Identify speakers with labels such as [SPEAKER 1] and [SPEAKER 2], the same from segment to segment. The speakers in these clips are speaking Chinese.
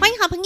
[SPEAKER 1] 欢迎好朋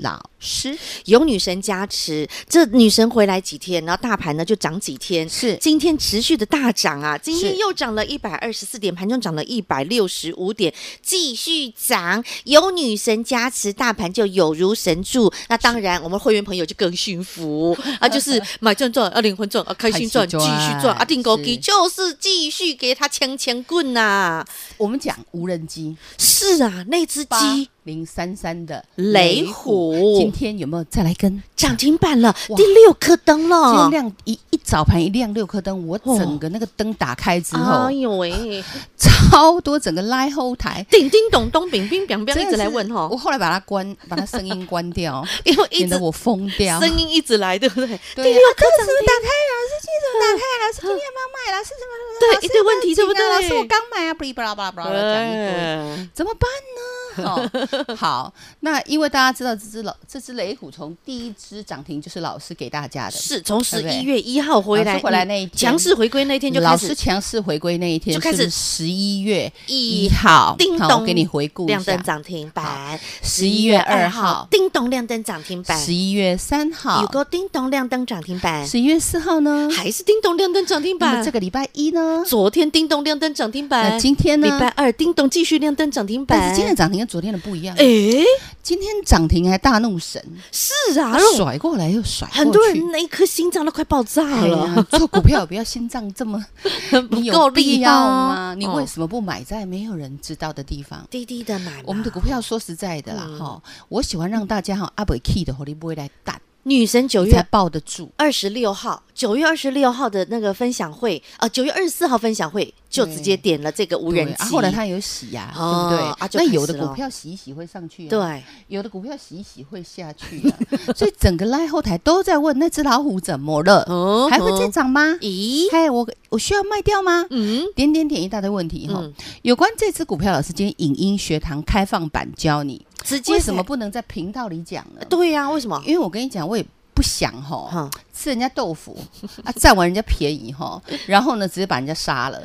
[SPEAKER 2] 老师，
[SPEAKER 1] 有女神加持，这女神回来几天，然后大盘呢就涨几天。
[SPEAKER 2] 是
[SPEAKER 1] 今天持续的大涨啊！今天
[SPEAKER 2] 是
[SPEAKER 1] 又涨了一百二十四点，盘中涨了一百六十五点，继续涨。有女神加持，大盘就有如神助。那当然，我们会员朋友就更幸 福啊，就是买赚赚，啊灵魂赚，啊开心赚，
[SPEAKER 2] 开
[SPEAKER 1] 继
[SPEAKER 2] 心赚
[SPEAKER 1] 续赚啊定高低，
[SPEAKER 2] 是
[SPEAKER 1] 就是继续给他枪枪棍呐、
[SPEAKER 2] 我们讲无人机
[SPEAKER 1] 是啊，那只鸡
[SPEAKER 2] 零三三的
[SPEAKER 1] 雷虎
[SPEAKER 2] 今天有没有再来跟？
[SPEAKER 1] 涨停板了，
[SPEAKER 2] 哇
[SPEAKER 1] 第六颗灯
[SPEAKER 2] 今天
[SPEAKER 1] 了。
[SPEAKER 2] 亮一一早盘一亮六颗灯，我
[SPEAKER 1] 哦
[SPEAKER 2] 整个那个灯打开之后
[SPEAKER 1] 哎，呦喂！
[SPEAKER 2] 超多整个拉后台。
[SPEAKER 1] 叮叮咚咚，冰冰冰冰，
[SPEAKER 2] 真
[SPEAKER 1] 一
[SPEAKER 2] 的
[SPEAKER 1] 直来
[SPEAKER 2] 是
[SPEAKER 1] 问哈
[SPEAKER 2] 我，后来把它关，把它声音关掉，
[SPEAKER 1] 因为 一
[SPEAKER 2] 免
[SPEAKER 1] 直
[SPEAKER 2] 得我疯掉。
[SPEAKER 1] 声音一直来，对不对？
[SPEAKER 2] 对
[SPEAKER 1] 第
[SPEAKER 2] 啊
[SPEAKER 1] 六，
[SPEAKER 2] 课怎么打开了？是记者打开了，是今天有没有卖了？是什么什么？
[SPEAKER 1] 啊对
[SPEAKER 2] 老师
[SPEAKER 1] 一堆问题
[SPEAKER 2] 有没
[SPEAKER 1] 对
[SPEAKER 2] 有
[SPEAKER 1] 不对哎
[SPEAKER 2] 进啊老师，我刚买啊，不哩不啦不啦不啦，讲一堆，
[SPEAKER 1] 对
[SPEAKER 2] 怎么 办呢？哦，好，那因为大家知道这只老这只雷虎从第一只涨停就是老师给大家的，
[SPEAKER 1] 是从十
[SPEAKER 2] 对不对
[SPEAKER 1] 一月一号回
[SPEAKER 2] 老
[SPEAKER 1] 来，
[SPEAKER 2] 师回来那一
[SPEAKER 1] 嗯
[SPEAKER 2] 天
[SPEAKER 1] 强势回归那一天就开
[SPEAKER 2] 嗯老师
[SPEAKER 1] 始
[SPEAKER 2] 强势回归那一天
[SPEAKER 1] 就开始
[SPEAKER 2] 十一月
[SPEAKER 1] 一
[SPEAKER 2] 一号，
[SPEAKER 1] 叮
[SPEAKER 2] 好
[SPEAKER 1] 咚
[SPEAKER 2] 我给你回顾一
[SPEAKER 1] 亮灯
[SPEAKER 2] 下，
[SPEAKER 1] 涨停板，
[SPEAKER 2] 11月2号
[SPEAKER 1] 叮咚亮灯涨停板，
[SPEAKER 2] 十一月三
[SPEAKER 1] 有
[SPEAKER 2] 号，
[SPEAKER 1] 个叮咚亮灯涨停板，
[SPEAKER 2] 十一月四号呢？
[SPEAKER 1] 还是叮咚亮灯涨停
[SPEAKER 2] 那
[SPEAKER 1] 板
[SPEAKER 2] 么这。个礼拜一呢？
[SPEAKER 1] 昨天叮咚亮灯涨停
[SPEAKER 2] 那
[SPEAKER 1] 板，
[SPEAKER 2] 今天
[SPEAKER 1] 礼
[SPEAKER 2] 呢？
[SPEAKER 1] 拜二叮咚继续亮灯涨停板。
[SPEAKER 2] 但是今天的涨停跟昨天的不一样，
[SPEAKER 1] 哎，
[SPEAKER 2] 今天涨停还大怒神，
[SPEAKER 1] 是啊，让我
[SPEAKER 2] 甩过来又甩过去，
[SPEAKER 1] 很多人那一颗心脏都快爆炸
[SPEAKER 2] 哎
[SPEAKER 1] 了。
[SPEAKER 2] 呀，做股票也不要心脏 这么
[SPEAKER 1] 不
[SPEAKER 2] 你有
[SPEAKER 1] 够
[SPEAKER 2] 必
[SPEAKER 1] 力
[SPEAKER 2] 要
[SPEAKER 1] 道啊
[SPEAKER 2] 吗？你为什么不买在没有人知道的地方？
[SPEAKER 1] 低低的买嘛？
[SPEAKER 2] 我们的股票说实在的啦，
[SPEAKER 1] 嗯
[SPEAKER 2] 哈、我喜欢让大家哈阿北 key 的火力不会来淡，
[SPEAKER 1] 女神九
[SPEAKER 2] 你才
[SPEAKER 1] 月
[SPEAKER 2] 抱得住。
[SPEAKER 1] 二十六号，九月二十六号的那个分享会，呃，九月二十四号分享会就直接点了这个无人
[SPEAKER 2] 对
[SPEAKER 1] 机，
[SPEAKER 2] 啊，后来它有洗呀、
[SPEAKER 1] 哦
[SPEAKER 2] 对不对？
[SPEAKER 1] 啊就
[SPEAKER 2] 那
[SPEAKER 1] 开
[SPEAKER 2] 有
[SPEAKER 1] 始
[SPEAKER 2] 的
[SPEAKER 1] 了
[SPEAKER 2] 股票洗一洗会上去、啊，，
[SPEAKER 1] 对
[SPEAKER 2] 有的股票洗一洗会下去、啊，所以整个拉后台都在问那只老虎怎么了，
[SPEAKER 1] 哦
[SPEAKER 2] 还会再涨吗？
[SPEAKER 1] 咦，
[SPEAKER 2] 嗨，我我需要卖掉吗？
[SPEAKER 1] 嗯，
[SPEAKER 2] 点点点一大堆问题哈、
[SPEAKER 1] 嗯
[SPEAKER 2] 有关这只股票，老师今天影音学堂开放版教你，
[SPEAKER 1] 直接
[SPEAKER 2] 为什么
[SPEAKER 1] 在？
[SPEAKER 2] 不能在频道里讲呢？
[SPEAKER 1] 对呀、为什么？
[SPEAKER 2] 因为我跟你讲，我也不想哈，
[SPEAKER 1] 哈
[SPEAKER 2] 吃人家豆腐 啊，占完人家便宜哈，然后呢，直接把人家杀了。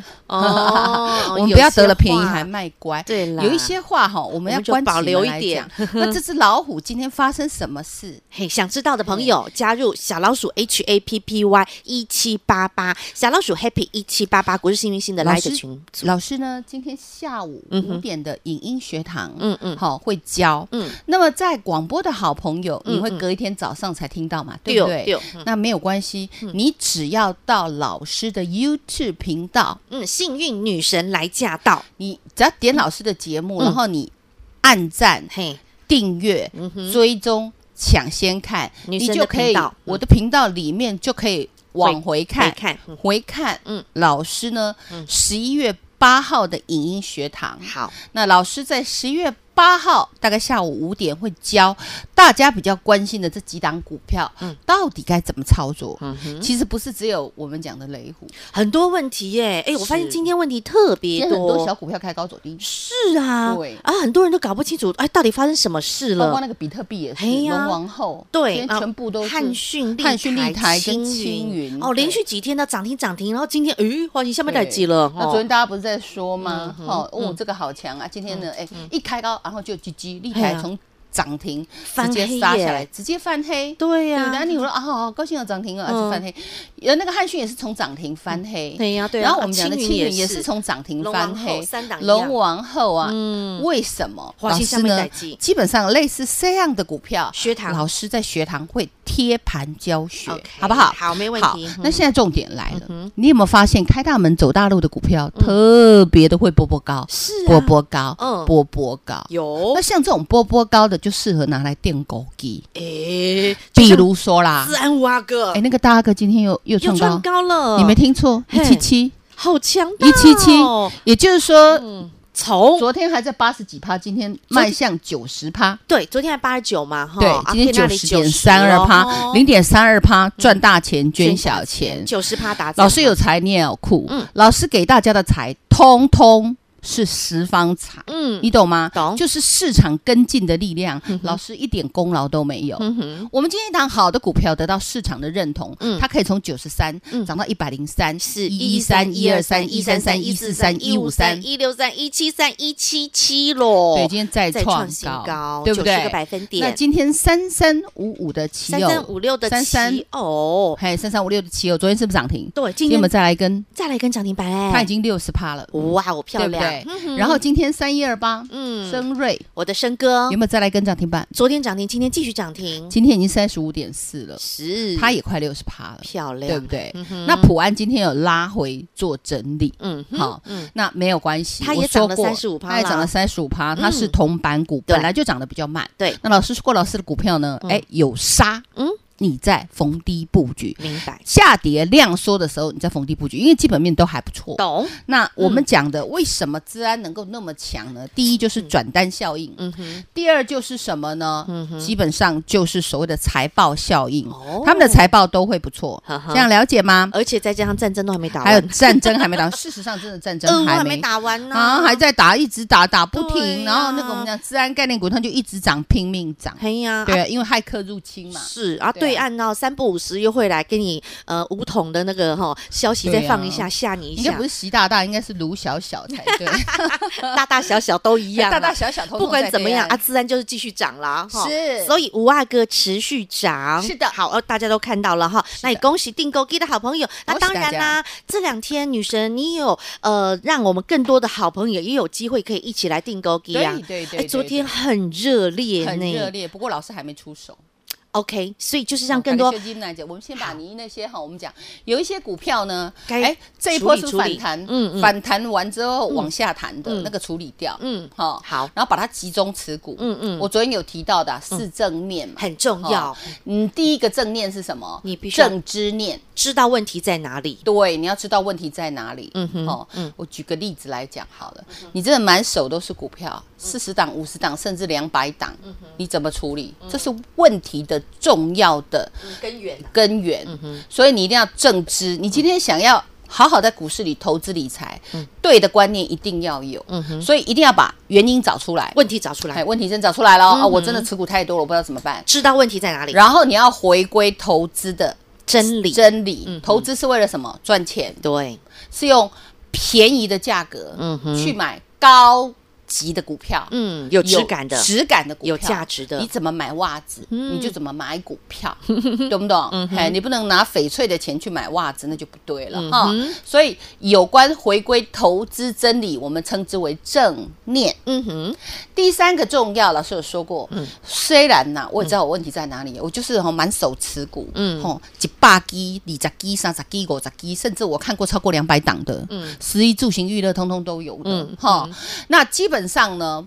[SPEAKER 1] 哦
[SPEAKER 2] 我们不要得了便
[SPEAKER 1] 有
[SPEAKER 2] 宜
[SPEAKER 1] 些话
[SPEAKER 2] 还卖乖。
[SPEAKER 1] 对啦，
[SPEAKER 2] 有一些话哈，我们要
[SPEAKER 1] 我们就
[SPEAKER 2] 关起
[SPEAKER 1] 保留
[SPEAKER 2] 门
[SPEAKER 1] 一
[SPEAKER 2] 来
[SPEAKER 1] 点
[SPEAKER 2] 讲。那这只老虎今天发生什么事？
[SPEAKER 1] 嘿，想知道的朋友加入小老鼠 H A P P Y 一七八八，小老鼠 Happy 一七八八，国际幸运星的
[SPEAKER 2] 老
[SPEAKER 1] Light
[SPEAKER 2] 师
[SPEAKER 1] 群组，
[SPEAKER 2] 老师呢，今天下午
[SPEAKER 1] 嗯哼
[SPEAKER 2] 五点的影音学堂，
[SPEAKER 1] 嗯嗯
[SPEAKER 2] 好会教。
[SPEAKER 1] 嗯，
[SPEAKER 2] 那么在广播的好朋友，
[SPEAKER 1] 嗯
[SPEAKER 2] 你会
[SPEAKER 1] 嗯
[SPEAKER 2] 隔一天早上才听到嘛？对不对？
[SPEAKER 1] 对嗯
[SPEAKER 2] 那没有关系，你只要到老师的 YouTube 频道，
[SPEAKER 1] 嗯，幸运女神来驾到，
[SPEAKER 2] 你只要点老师的节目，
[SPEAKER 1] 嗯
[SPEAKER 2] 然后你按赞、
[SPEAKER 1] 嘿，
[SPEAKER 2] 订阅、
[SPEAKER 1] 嗯哼。
[SPEAKER 2] 追踪、抢先看，
[SPEAKER 1] 女
[SPEAKER 2] 你
[SPEAKER 1] 生的
[SPEAKER 2] 就可
[SPEAKER 1] 频
[SPEAKER 2] 以
[SPEAKER 1] 道嗯，
[SPEAKER 2] 我的频道里面就可以往回
[SPEAKER 1] 看
[SPEAKER 2] 看，
[SPEAKER 1] 看，嗯
[SPEAKER 2] 回看。
[SPEAKER 1] 嗯
[SPEAKER 2] 嗯，老师呢，十一月八号的影音学堂，
[SPEAKER 1] 好，
[SPEAKER 2] 那老师在十一月八号大概下午五点会教大家比较关心的这几档股票，
[SPEAKER 1] 嗯
[SPEAKER 2] 到底该怎么操作。
[SPEAKER 1] 嗯哼，
[SPEAKER 2] 其实不是只有我们讲的雷虎，
[SPEAKER 1] 很多问题耶，哎，我发现
[SPEAKER 2] 是
[SPEAKER 1] 今天问题特
[SPEAKER 2] 也
[SPEAKER 1] 别
[SPEAKER 2] 很多
[SPEAKER 1] 多
[SPEAKER 2] 小，股票开高走低，
[SPEAKER 1] 是啊
[SPEAKER 2] 对，
[SPEAKER 1] 啊，很多人都搞不清楚，哎，到底发生什么事
[SPEAKER 2] 包括
[SPEAKER 1] 了？
[SPEAKER 2] 那个比特币也是，
[SPEAKER 1] 哎呀
[SPEAKER 2] 龙王后，
[SPEAKER 1] 对
[SPEAKER 2] 今
[SPEAKER 1] 啊
[SPEAKER 2] 天全部都是
[SPEAKER 1] 汉讯、
[SPEAKER 2] 汉讯立台跟
[SPEAKER 1] 青
[SPEAKER 2] 青云
[SPEAKER 1] 哦，
[SPEAKER 2] 对
[SPEAKER 1] 连续几天的涨停涨停，然后今天，咦，哇，你下面
[SPEAKER 2] 对
[SPEAKER 1] 来急了，
[SPEAKER 2] 那昨
[SPEAKER 1] 哦
[SPEAKER 2] 天大家不是在说吗？
[SPEAKER 1] 嗯
[SPEAKER 2] 哦，
[SPEAKER 1] 嗯
[SPEAKER 2] 哦，这个好强啊！今天呢，哎，一开高，然后就 GG 立
[SPEAKER 1] 哎
[SPEAKER 2] 台
[SPEAKER 1] 呀
[SPEAKER 2] 从涨停直
[SPEAKER 1] 翻
[SPEAKER 2] 接
[SPEAKER 1] 黑
[SPEAKER 2] 杀
[SPEAKER 1] 耶
[SPEAKER 2] 下来，直接翻黑。
[SPEAKER 1] 对
[SPEAKER 2] 对
[SPEAKER 1] 呀
[SPEAKER 2] 不，对？那你说啊，好好高兴有涨停了，
[SPEAKER 1] 嗯
[SPEAKER 2] 而且翻黑。呃，那个汉讯也是从涨停翻黑。
[SPEAKER 1] 对呀，对呀，啊
[SPEAKER 2] 然后我们讲的
[SPEAKER 1] 青
[SPEAKER 2] 青云也是从涨停
[SPEAKER 1] 龙
[SPEAKER 2] 翻
[SPEAKER 1] 王后
[SPEAKER 2] 黑，
[SPEAKER 1] 三档一样
[SPEAKER 2] 龙王后啊，
[SPEAKER 1] 嗯
[SPEAKER 2] 为什么？
[SPEAKER 1] 华
[SPEAKER 2] 老
[SPEAKER 1] 西
[SPEAKER 2] 师
[SPEAKER 1] 下面
[SPEAKER 2] 呢
[SPEAKER 1] 代记，
[SPEAKER 2] 基本上类似这样的股票，
[SPEAKER 1] 学堂
[SPEAKER 2] 老师在学堂会贴盘教学
[SPEAKER 1] OK，
[SPEAKER 2] 好不好？
[SPEAKER 1] 好，没问
[SPEAKER 2] 好
[SPEAKER 1] 题。，
[SPEAKER 2] 那
[SPEAKER 1] 嗯
[SPEAKER 2] 现在重点来了，
[SPEAKER 1] 嗯哼嗯
[SPEAKER 2] 你有没有发现开大门走大路的股票特别的会波波高，
[SPEAKER 1] 是啊
[SPEAKER 2] 波波高，
[SPEAKER 1] 嗯
[SPEAKER 2] 波波高。
[SPEAKER 1] 有
[SPEAKER 2] 那像这种波波高的就适合拿来垫狗机，
[SPEAKER 1] 诶，哎就
[SPEAKER 2] 比
[SPEAKER 1] 像
[SPEAKER 2] 如说啦
[SPEAKER 1] 四，安五阿哥
[SPEAKER 2] 哎，那个大阿哥今天又又
[SPEAKER 1] 又
[SPEAKER 2] 创
[SPEAKER 1] 创
[SPEAKER 2] 高，
[SPEAKER 1] 高了，
[SPEAKER 2] 哦你没听错，一
[SPEAKER 1] 嘿
[SPEAKER 2] 七七，
[SPEAKER 1] 好强大哦，
[SPEAKER 2] 177也就是说
[SPEAKER 1] 嗯，从
[SPEAKER 2] 昨天还在八十几趴，今天迈向九十趴。
[SPEAKER 1] 对昨天还八十九嘛，哈，啊
[SPEAKER 2] 对，今天九哦啊十点三二趴，零点三二趴赚大钱，捐小钱。
[SPEAKER 1] 哦九十趴打，
[SPEAKER 2] 老师有才，你也有库。
[SPEAKER 1] 嗯
[SPEAKER 2] 老师给大家的财，通通是十方财，
[SPEAKER 1] 嗯
[SPEAKER 2] 你懂嗯吗？
[SPEAKER 1] 懂
[SPEAKER 2] 就是市场跟进的力量，老师一点功劳都没有。
[SPEAKER 1] 嗯哼，
[SPEAKER 2] 我们今天一档好的股票得到市场的认同，
[SPEAKER 1] 嗯
[SPEAKER 2] 它可以从九十三
[SPEAKER 1] 嗯
[SPEAKER 2] 涨到一百零三，
[SPEAKER 1] 是
[SPEAKER 2] 一一三、一二三、一三三、一四三、一五三。
[SPEAKER 1] 嗯一六三一七三一七七喽，
[SPEAKER 2] 对，今天再
[SPEAKER 1] 再
[SPEAKER 2] 创
[SPEAKER 1] 创新
[SPEAKER 2] 高
[SPEAKER 1] 高，，
[SPEAKER 2] 对不
[SPEAKER 1] 90个
[SPEAKER 2] 对？
[SPEAKER 1] 百分
[SPEAKER 2] 那
[SPEAKER 1] 点，
[SPEAKER 2] 今天三三五五的奇
[SPEAKER 1] 三三
[SPEAKER 2] 友，
[SPEAKER 1] 五六的
[SPEAKER 2] 33
[SPEAKER 1] 七哦，
[SPEAKER 2] 还有三三五六的奇友，昨天是不是涨停？
[SPEAKER 1] 对，今
[SPEAKER 2] 今天
[SPEAKER 1] 天
[SPEAKER 2] 我们再来跟，
[SPEAKER 1] 再来跟涨停板哎，
[SPEAKER 2] 它已经六十趴了，
[SPEAKER 1] 哇，我漂
[SPEAKER 2] 对不
[SPEAKER 1] 亮
[SPEAKER 2] 嗯对，？然后今天三一二八，
[SPEAKER 1] 嗯，哦
[SPEAKER 2] 升瑞
[SPEAKER 1] 我的生哥
[SPEAKER 2] 有没有再来跟涨停板？
[SPEAKER 1] 昨天涨停，今天继续涨停，
[SPEAKER 2] 今天已经三十五点四了，
[SPEAKER 1] 嗯是
[SPEAKER 2] 它也快六十趴了，
[SPEAKER 1] 漂亮，
[SPEAKER 2] 对不？对？
[SPEAKER 1] 嗯哼
[SPEAKER 2] 那普安今天有拉回做整理，
[SPEAKER 1] 嗯哼，
[SPEAKER 2] 好
[SPEAKER 1] 嗯，
[SPEAKER 2] 那没有关系，
[SPEAKER 1] 它也
[SPEAKER 2] 我说过
[SPEAKER 1] 涨了35%
[SPEAKER 2] 它也涨了三十五趴，它是铜板股，
[SPEAKER 1] 嗯对
[SPEAKER 2] 本来就涨得比较慢。
[SPEAKER 1] 对，
[SPEAKER 2] 那老师说过，老师的股票呢，哎，有杀，
[SPEAKER 1] 嗯
[SPEAKER 2] 嗯，你在逢低布局。
[SPEAKER 1] 明白，
[SPEAKER 2] 下跌量缩的时候，你在逢低布局，因为基本面都还不错。
[SPEAKER 1] 懂，
[SPEAKER 2] 那我们讲的为什么资安能够那么强呢？第一就是转单效应，
[SPEAKER 1] 嗯哼，
[SPEAKER 2] 第二就是什么呢？
[SPEAKER 1] 嗯哼，
[SPEAKER 2] 基本上就是所谓的财报效应，
[SPEAKER 1] 哦
[SPEAKER 2] 他们的财报都会不错，
[SPEAKER 1] 呵呃呵
[SPEAKER 2] 这样了解吗？
[SPEAKER 1] 而且再加上战争都还没打完，
[SPEAKER 2] 还有战争还没打，事实上真的战
[SPEAKER 1] 俄
[SPEAKER 2] 争
[SPEAKER 1] 乌
[SPEAKER 2] 还
[SPEAKER 1] 呃还没
[SPEAKER 2] 没。
[SPEAKER 1] 打完呢，
[SPEAKER 2] 啊，还在打，一直打，打不
[SPEAKER 1] 对
[SPEAKER 2] 停。
[SPEAKER 1] 呀
[SPEAKER 2] 然后那个我们讲治安概念股，它就一直涨，拼命涨。
[SPEAKER 1] 嘿呀，
[SPEAKER 2] 对啊，因为骇客入侵嘛。
[SPEAKER 1] 是啊，
[SPEAKER 2] 对啊
[SPEAKER 1] 对岸呢三不五时又会来给你呃五桶的那个哈消息再
[SPEAKER 2] 对啊
[SPEAKER 1] 放一下，吓你一
[SPEAKER 2] 应该
[SPEAKER 1] 下
[SPEAKER 2] 不，是习大大，应该是卢小小才对。
[SPEAKER 1] 大 大小小都 一样啊，
[SPEAKER 2] 大大小小，通通
[SPEAKER 1] 不管
[SPEAKER 2] 在
[SPEAKER 1] 怎么
[SPEAKER 2] 对
[SPEAKER 1] 样
[SPEAKER 2] 岸
[SPEAKER 1] 啊，自然就是继续涨啦。哈
[SPEAKER 2] 是
[SPEAKER 1] 所以五阿哥持续涨，
[SPEAKER 2] 是的
[SPEAKER 1] 好，呃，大家都看到了哈。那也恭喜订购机的好朋友，那
[SPEAKER 2] 恭
[SPEAKER 1] 当
[SPEAKER 2] 喜大
[SPEAKER 1] 然
[SPEAKER 2] 家
[SPEAKER 1] 啦，这两天女神你有呃，让我们更多的好朋友也有机会可以一起来订购机啊哎，
[SPEAKER 2] 对。对对，
[SPEAKER 1] 昨
[SPEAKER 2] 对
[SPEAKER 1] 天很热烈
[SPEAKER 2] 很热
[SPEAKER 1] 呢
[SPEAKER 2] 烈，不过老师还没出手，
[SPEAKER 1] ，OK，所以就是让
[SPEAKER 2] 哦
[SPEAKER 1] 更多
[SPEAKER 2] 感觉金来讲，我们先把你那些哈，我们讲有一些股票呢，
[SPEAKER 1] 该
[SPEAKER 2] 哎，这一
[SPEAKER 1] 处
[SPEAKER 2] 波
[SPEAKER 1] 理
[SPEAKER 2] 是
[SPEAKER 1] 处
[SPEAKER 2] 反
[SPEAKER 1] 理
[SPEAKER 2] 弹，
[SPEAKER 1] 嗯嗯
[SPEAKER 2] 反弹完之后往下弹的
[SPEAKER 1] 嗯
[SPEAKER 2] 那个处理掉，
[SPEAKER 1] 嗯
[SPEAKER 2] 好，
[SPEAKER 1] 好，
[SPEAKER 2] 然后把它集中持股，
[SPEAKER 1] 嗯嗯
[SPEAKER 2] 我昨天有提到的啊四正念嘛，
[SPEAKER 1] 很重要
[SPEAKER 2] 哦，嗯，第一个正念是什么？
[SPEAKER 1] 你必须要
[SPEAKER 2] 正知念，
[SPEAKER 1] 知道问题在哪里。
[SPEAKER 2] 对，你要知道问题在哪里。
[SPEAKER 1] 嗯哼
[SPEAKER 2] 哦，我举个例子来讲好了，你真的满手都是股票，啊四十档、五十档，甚至两百档，
[SPEAKER 1] 嗯
[SPEAKER 2] 你怎么处理？这是问题的重要的
[SPEAKER 1] 根源
[SPEAKER 2] 根源，
[SPEAKER 1] 嗯
[SPEAKER 2] 所以你一定要正知。你今天想要好好在股市里投资理财，
[SPEAKER 1] 嗯
[SPEAKER 2] 对的观念一定要有，所以一定要把原因找出来。
[SPEAKER 1] 问题找出
[SPEAKER 2] 哎，
[SPEAKER 1] 来，嗯
[SPEAKER 2] 问题真找出来了啊！我真的持股太多了，我不知道怎么办。
[SPEAKER 1] 知道问题在哪里，
[SPEAKER 2] 然后你要回归投资的
[SPEAKER 1] 真理
[SPEAKER 2] 真理，投资是为了什么？赚钱。
[SPEAKER 1] 嗯对，
[SPEAKER 2] 是用便宜的价格，
[SPEAKER 1] 嗯哼
[SPEAKER 2] 去买高级的股票，
[SPEAKER 1] 嗯，有质感的，
[SPEAKER 2] 质感的股票，
[SPEAKER 1] 有价值的
[SPEAKER 2] 你怎么买袜子，
[SPEAKER 1] 嗯
[SPEAKER 2] 你就怎么买股 票，懂不懂？哎，你不能拿翡翠的钱去买袜子，那就不对了
[SPEAKER 1] 嗯
[SPEAKER 2] 哈、所以有关回归投资真理，我们称之为正念。
[SPEAKER 1] 嗯哼，嗯
[SPEAKER 2] 第三个重要，老师有说过，虽然呐、我也知道我问题在哪里，我就是吼满手持股，嗯，吼一百基、二十基、三十基、五十基，甚至我看过超过两百档的，嗯，食衣住行娱乐通通都有的
[SPEAKER 1] 嗯，
[SPEAKER 2] 哈、那基本上呢，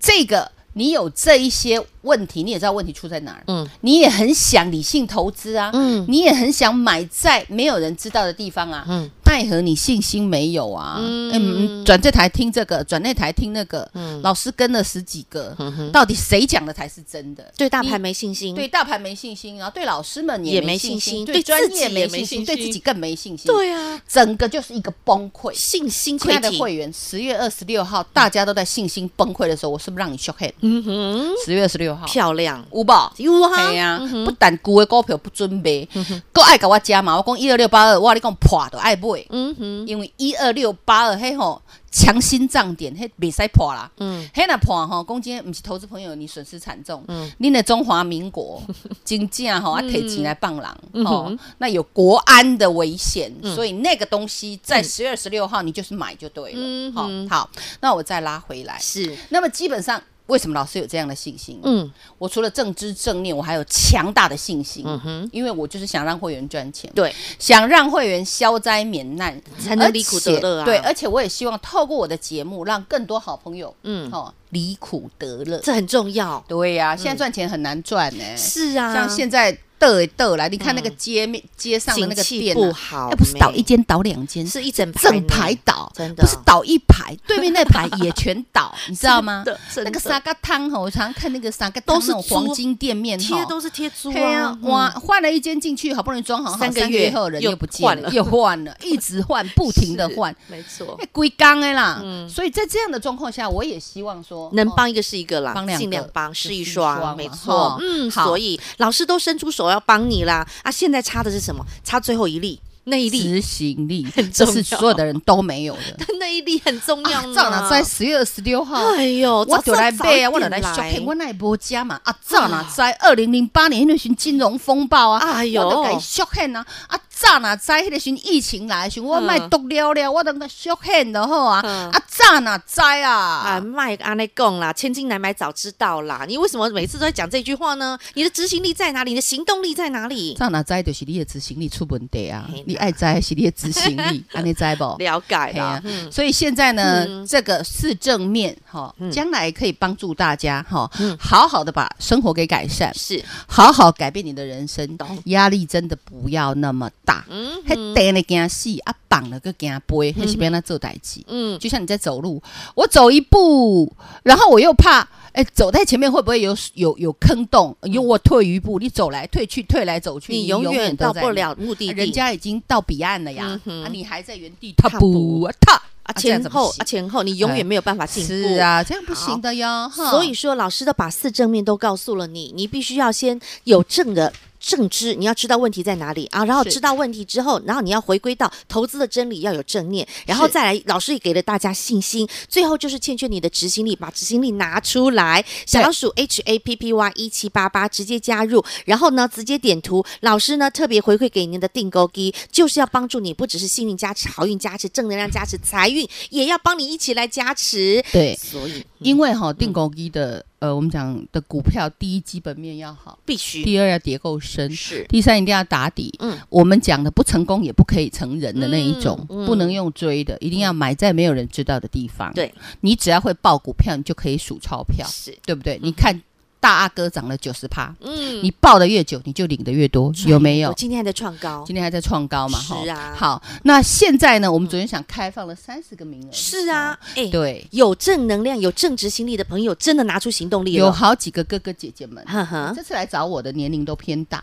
[SPEAKER 2] 这个你有这一些问题，你也知道问题出在哪儿，
[SPEAKER 1] 嗯
[SPEAKER 2] 嗯，你也很想理性投资啊，
[SPEAKER 1] 嗯
[SPEAKER 2] 嗯，你也很想买在没有人知道的地方啊，
[SPEAKER 1] 嗯
[SPEAKER 2] 嗯，奈何你信心没有啊，嗯，转这台听这个，转那台听那个，老师跟了十几个，到底谁讲的才是真的？
[SPEAKER 1] 对大
[SPEAKER 2] 你
[SPEAKER 1] 盘没信心，
[SPEAKER 2] 对大盘没信心，啊然后对老师们
[SPEAKER 1] 也
[SPEAKER 2] 也
[SPEAKER 1] 没
[SPEAKER 2] 没
[SPEAKER 1] 信
[SPEAKER 2] 信心，
[SPEAKER 1] 心对
[SPEAKER 2] 对专
[SPEAKER 1] 自己
[SPEAKER 2] 业
[SPEAKER 1] 也
[SPEAKER 2] 没
[SPEAKER 1] 没
[SPEAKER 2] 信
[SPEAKER 1] 信
[SPEAKER 2] 心，对
[SPEAKER 1] 心
[SPEAKER 2] 自己更没信心，，
[SPEAKER 1] 对啊，
[SPEAKER 2] 整个就是一个崩溃。
[SPEAKER 1] 信心
[SPEAKER 2] 亲爱
[SPEAKER 1] 溃
[SPEAKER 2] 的
[SPEAKER 1] 堤，
[SPEAKER 2] 会员，十月二十六号大家都在信心崩溃的时候，我是不是让你 shock head？
[SPEAKER 1] 嗯哼，
[SPEAKER 2] 十月二十六号，
[SPEAKER 1] 漂亮，
[SPEAKER 2] 有吧？
[SPEAKER 1] 有啊，
[SPEAKER 2] 系啊
[SPEAKER 1] 嗯，
[SPEAKER 2] 不但旧的股票不准买，搁爱甲我加嘛。我讲一二六八二，我跟你讲破都爱买，
[SPEAKER 1] 嗯哼，
[SPEAKER 2] 因为一二六八二迄吼强心脏点，迄袂使破啦。
[SPEAKER 1] 嗯，
[SPEAKER 2] 迄若破吼，讲真，毋是投资朋友，你损失惨重。嗯，恁的中华 民国真正
[SPEAKER 1] 嗯
[SPEAKER 2] 吼，啊，摕钱来放人吼，那有国安的危险，
[SPEAKER 1] 嗯
[SPEAKER 2] 所以那个东西在十月二十六号你就是买就对了。
[SPEAKER 1] 嗯
[SPEAKER 2] 好
[SPEAKER 1] 哼，
[SPEAKER 2] 好，那我再拉回来。
[SPEAKER 1] 是
[SPEAKER 2] 那么基本上为什么老师有这样的信心？
[SPEAKER 1] 嗯
[SPEAKER 2] 我除了正知正念，我还有强大的信心，
[SPEAKER 1] 嗯哼，
[SPEAKER 2] 因为我就是想让会员赚钱，
[SPEAKER 1] 对，
[SPEAKER 2] 想让会员消灾免难，
[SPEAKER 1] 才能离苦得乐啊
[SPEAKER 2] 而且对，而且我也希望透过我的节目，让更多好朋友，
[SPEAKER 1] 嗯
[SPEAKER 2] 哦，离苦得乐。
[SPEAKER 1] 这很重要。
[SPEAKER 2] 对呀、现在赚钱很难赚呢、
[SPEAKER 1] 是啊，嗯
[SPEAKER 2] 像现在斗一斗来，你看那个街面、街上的那
[SPEAKER 1] 景
[SPEAKER 2] 个
[SPEAKER 1] 气
[SPEAKER 2] 店、
[SPEAKER 1] 不
[SPEAKER 2] 啊，
[SPEAKER 1] 好，
[SPEAKER 2] 哎，不是倒一间倒两间，
[SPEAKER 1] 是一整排
[SPEAKER 2] 整
[SPEAKER 1] 呢
[SPEAKER 2] 排倒，
[SPEAKER 1] 真的
[SPEAKER 2] 不是倒一排，对面那排也全倒，你知道吗
[SPEAKER 1] 真的？真的
[SPEAKER 2] 那个沙嘎汤吼，我常看那个沙嘎
[SPEAKER 1] 都
[SPEAKER 2] 汤
[SPEAKER 1] 是
[SPEAKER 2] 那种黄
[SPEAKER 1] 猪
[SPEAKER 2] 金店面
[SPEAKER 1] 贴
[SPEAKER 2] 吼。
[SPEAKER 1] 都是贴猪
[SPEAKER 2] 对啊
[SPEAKER 1] 啊，，嗯
[SPEAKER 2] 哇，换了一间进去，好不容易装好，好
[SPEAKER 1] 三个
[SPEAKER 2] 个
[SPEAKER 1] 月
[SPEAKER 2] 后人
[SPEAKER 1] 又
[SPEAKER 2] 又不见
[SPEAKER 1] 换
[SPEAKER 2] 了，
[SPEAKER 1] 了
[SPEAKER 2] 又 换了，一直换，不停的
[SPEAKER 1] 是
[SPEAKER 2] 换，
[SPEAKER 1] 没错
[SPEAKER 2] 哎，，龟缸哎啦
[SPEAKER 1] 嗯。
[SPEAKER 2] 所以在这样的状况下，我也希望说
[SPEAKER 1] 能
[SPEAKER 2] 哦
[SPEAKER 1] 帮一个是一个啦，
[SPEAKER 2] 帮两个
[SPEAKER 1] 尽量帮
[SPEAKER 2] 就是
[SPEAKER 1] 一
[SPEAKER 2] 是一双嘛
[SPEAKER 1] 双，没
[SPEAKER 2] 哈
[SPEAKER 1] 错，嗯，
[SPEAKER 2] 好
[SPEAKER 1] 所以老师都伸出手要帮你啦，啊，现在差的是什么？差最后一粒，那一粒，
[SPEAKER 2] 执行力，
[SPEAKER 1] 重
[SPEAKER 2] 这
[SPEAKER 1] 要
[SPEAKER 2] 是所有的人都没有的。
[SPEAKER 1] 那一粒很重要
[SPEAKER 2] 啊
[SPEAKER 1] 呢，
[SPEAKER 2] 照哪在十月二十六号，
[SPEAKER 1] 哎呦，
[SPEAKER 2] 我
[SPEAKER 1] 早
[SPEAKER 2] 就来
[SPEAKER 1] 知道早一
[SPEAKER 2] 买啊，我就
[SPEAKER 1] 点
[SPEAKER 2] 来 shopping，我那无加嘛啊，早哪知二零零八年那时候金融风暴啊，
[SPEAKER 1] 哎呦
[SPEAKER 2] 我都该 shopping 啊，啊早哪知那时候疫情来的时候，我卖毒了了，我都该 shopping 的好啊，
[SPEAKER 1] 嗯
[SPEAKER 2] 啊早哪知
[SPEAKER 1] 啊，
[SPEAKER 2] 啊，
[SPEAKER 1] 卖安内贡啦，千金难买早知道啦！你为什么每次都在讲这句话呢？你的执行力在哪里？你的行动力在哪里？
[SPEAKER 2] 早哪知就是你的执行力出问题啊
[SPEAKER 1] 嘿啦，
[SPEAKER 2] 你爱知还是你的执行力，安尼知不？
[SPEAKER 1] 了解
[SPEAKER 2] 嘿啊
[SPEAKER 1] 啦，嗯
[SPEAKER 2] 所以现在呢，
[SPEAKER 1] 嗯
[SPEAKER 2] 这个是正面哈
[SPEAKER 1] 嗯，
[SPEAKER 2] 将来可以帮助大家哈
[SPEAKER 1] 嗯，
[SPEAKER 2] 好好的把生活给改善，
[SPEAKER 1] 是，
[SPEAKER 2] 好好改变你的人生
[SPEAKER 1] 懂，
[SPEAKER 2] 压力真的不要那么大。
[SPEAKER 1] 嗯
[SPEAKER 2] 还跌了惊死，啊绑了个惊背，还是别那做代志。
[SPEAKER 1] 嗯，
[SPEAKER 2] 就像你在走路，我走一步，然后我又怕，哎、走在前面会不会有有有坑洞？有我退一步，你走来退去，退来走去，
[SPEAKER 1] 嗯你永远
[SPEAKER 2] 都
[SPEAKER 1] 到
[SPEAKER 2] 在
[SPEAKER 1] 不
[SPEAKER 2] 那
[SPEAKER 1] 了目的
[SPEAKER 2] 啊
[SPEAKER 1] 地，
[SPEAKER 2] 人家已经到彼岸了呀
[SPEAKER 1] 嗯，哼
[SPEAKER 2] 啊，你还在原地踏
[SPEAKER 1] 踏
[SPEAKER 2] 步啊踏
[SPEAKER 1] 啊
[SPEAKER 2] 这样
[SPEAKER 1] 前
[SPEAKER 2] 怎么
[SPEAKER 1] 后
[SPEAKER 2] 行
[SPEAKER 1] 啊前后，你永
[SPEAKER 2] 哎
[SPEAKER 1] 远没有办法进步
[SPEAKER 2] 是。啊，这样不
[SPEAKER 1] 好
[SPEAKER 2] 行的哟。哈
[SPEAKER 1] 所以说，老师都把四正面都告诉了你，你必须要先有正的正知，你要知道问题在哪里啊，然后
[SPEAKER 2] 是
[SPEAKER 1] 知道问题之后，然后你要回归到投资的真理，要有正念，然后
[SPEAKER 2] 是
[SPEAKER 1] 再来，老师也给了大家信心，最后就是欠缺你的执行力，把执行力拿出来。小老鼠 H A P P Y 一七八八直接加入，然后呢直接点图，老师呢特别回馈给您的订购机，就是要帮助你，不只是幸运加持、好运加持、正能量加持、财运，也要帮你一起来加持。
[SPEAKER 2] 对，
[SPEAKER 1] 所以
[SPEAKER 2] 因为哈、定购一的呃，我们讲的股票，第一基本面要好，
[SPEAKER 1] 必须
[SPEAKER 2] 第二要跌够深，
[SPEAKER 1] 嗯是。
[SPEAKER 2] 第三一定要打底。
[SPEAKER 1] 嗯
[SPEAKER 2] 我们讲的不成功也不可以成人的那一种，
[SPEAKER 1] 嗯嗯
[SPEAKER 2] 不能用追的，一定要买在没有人知道的地方。
[SPEAKER 1] 对，
[SPEAKER 2] 你只要会报股票，你就可以数钞票，
[SPEAKER 1] 是，
[SPEAKER 2] 对不啊对？你看大阿哥涨了九十趴，
[SPEAKER 1] 嗯，
[SPEAKER 2] 你报的越久，你就领的越多，有没有
[SPEAKER 1] 我？今天还在创高，
[SPEAKER 2] 今天还在创高嘛？哈
[SPEAKER 1] 哦是啊
[SPEAKER 2] 好，那现在呢？我们昨天想开放了三十个名额，
[SPEAKER 1] 是啊，哎，
[SPEAKER 2] 对，
[SPEAKER 1] 有正能量、有正执行力的朋友，真的拿出行动力
[SPEAKER 2] 有
[SPEAKER 1] 了。啊
[SPEAKER 2] 好几个哥哥姐姐们，
[SPEAKER 1] 哈哈，
[SPEAKER 2] 这次来找我的年龄都偏大。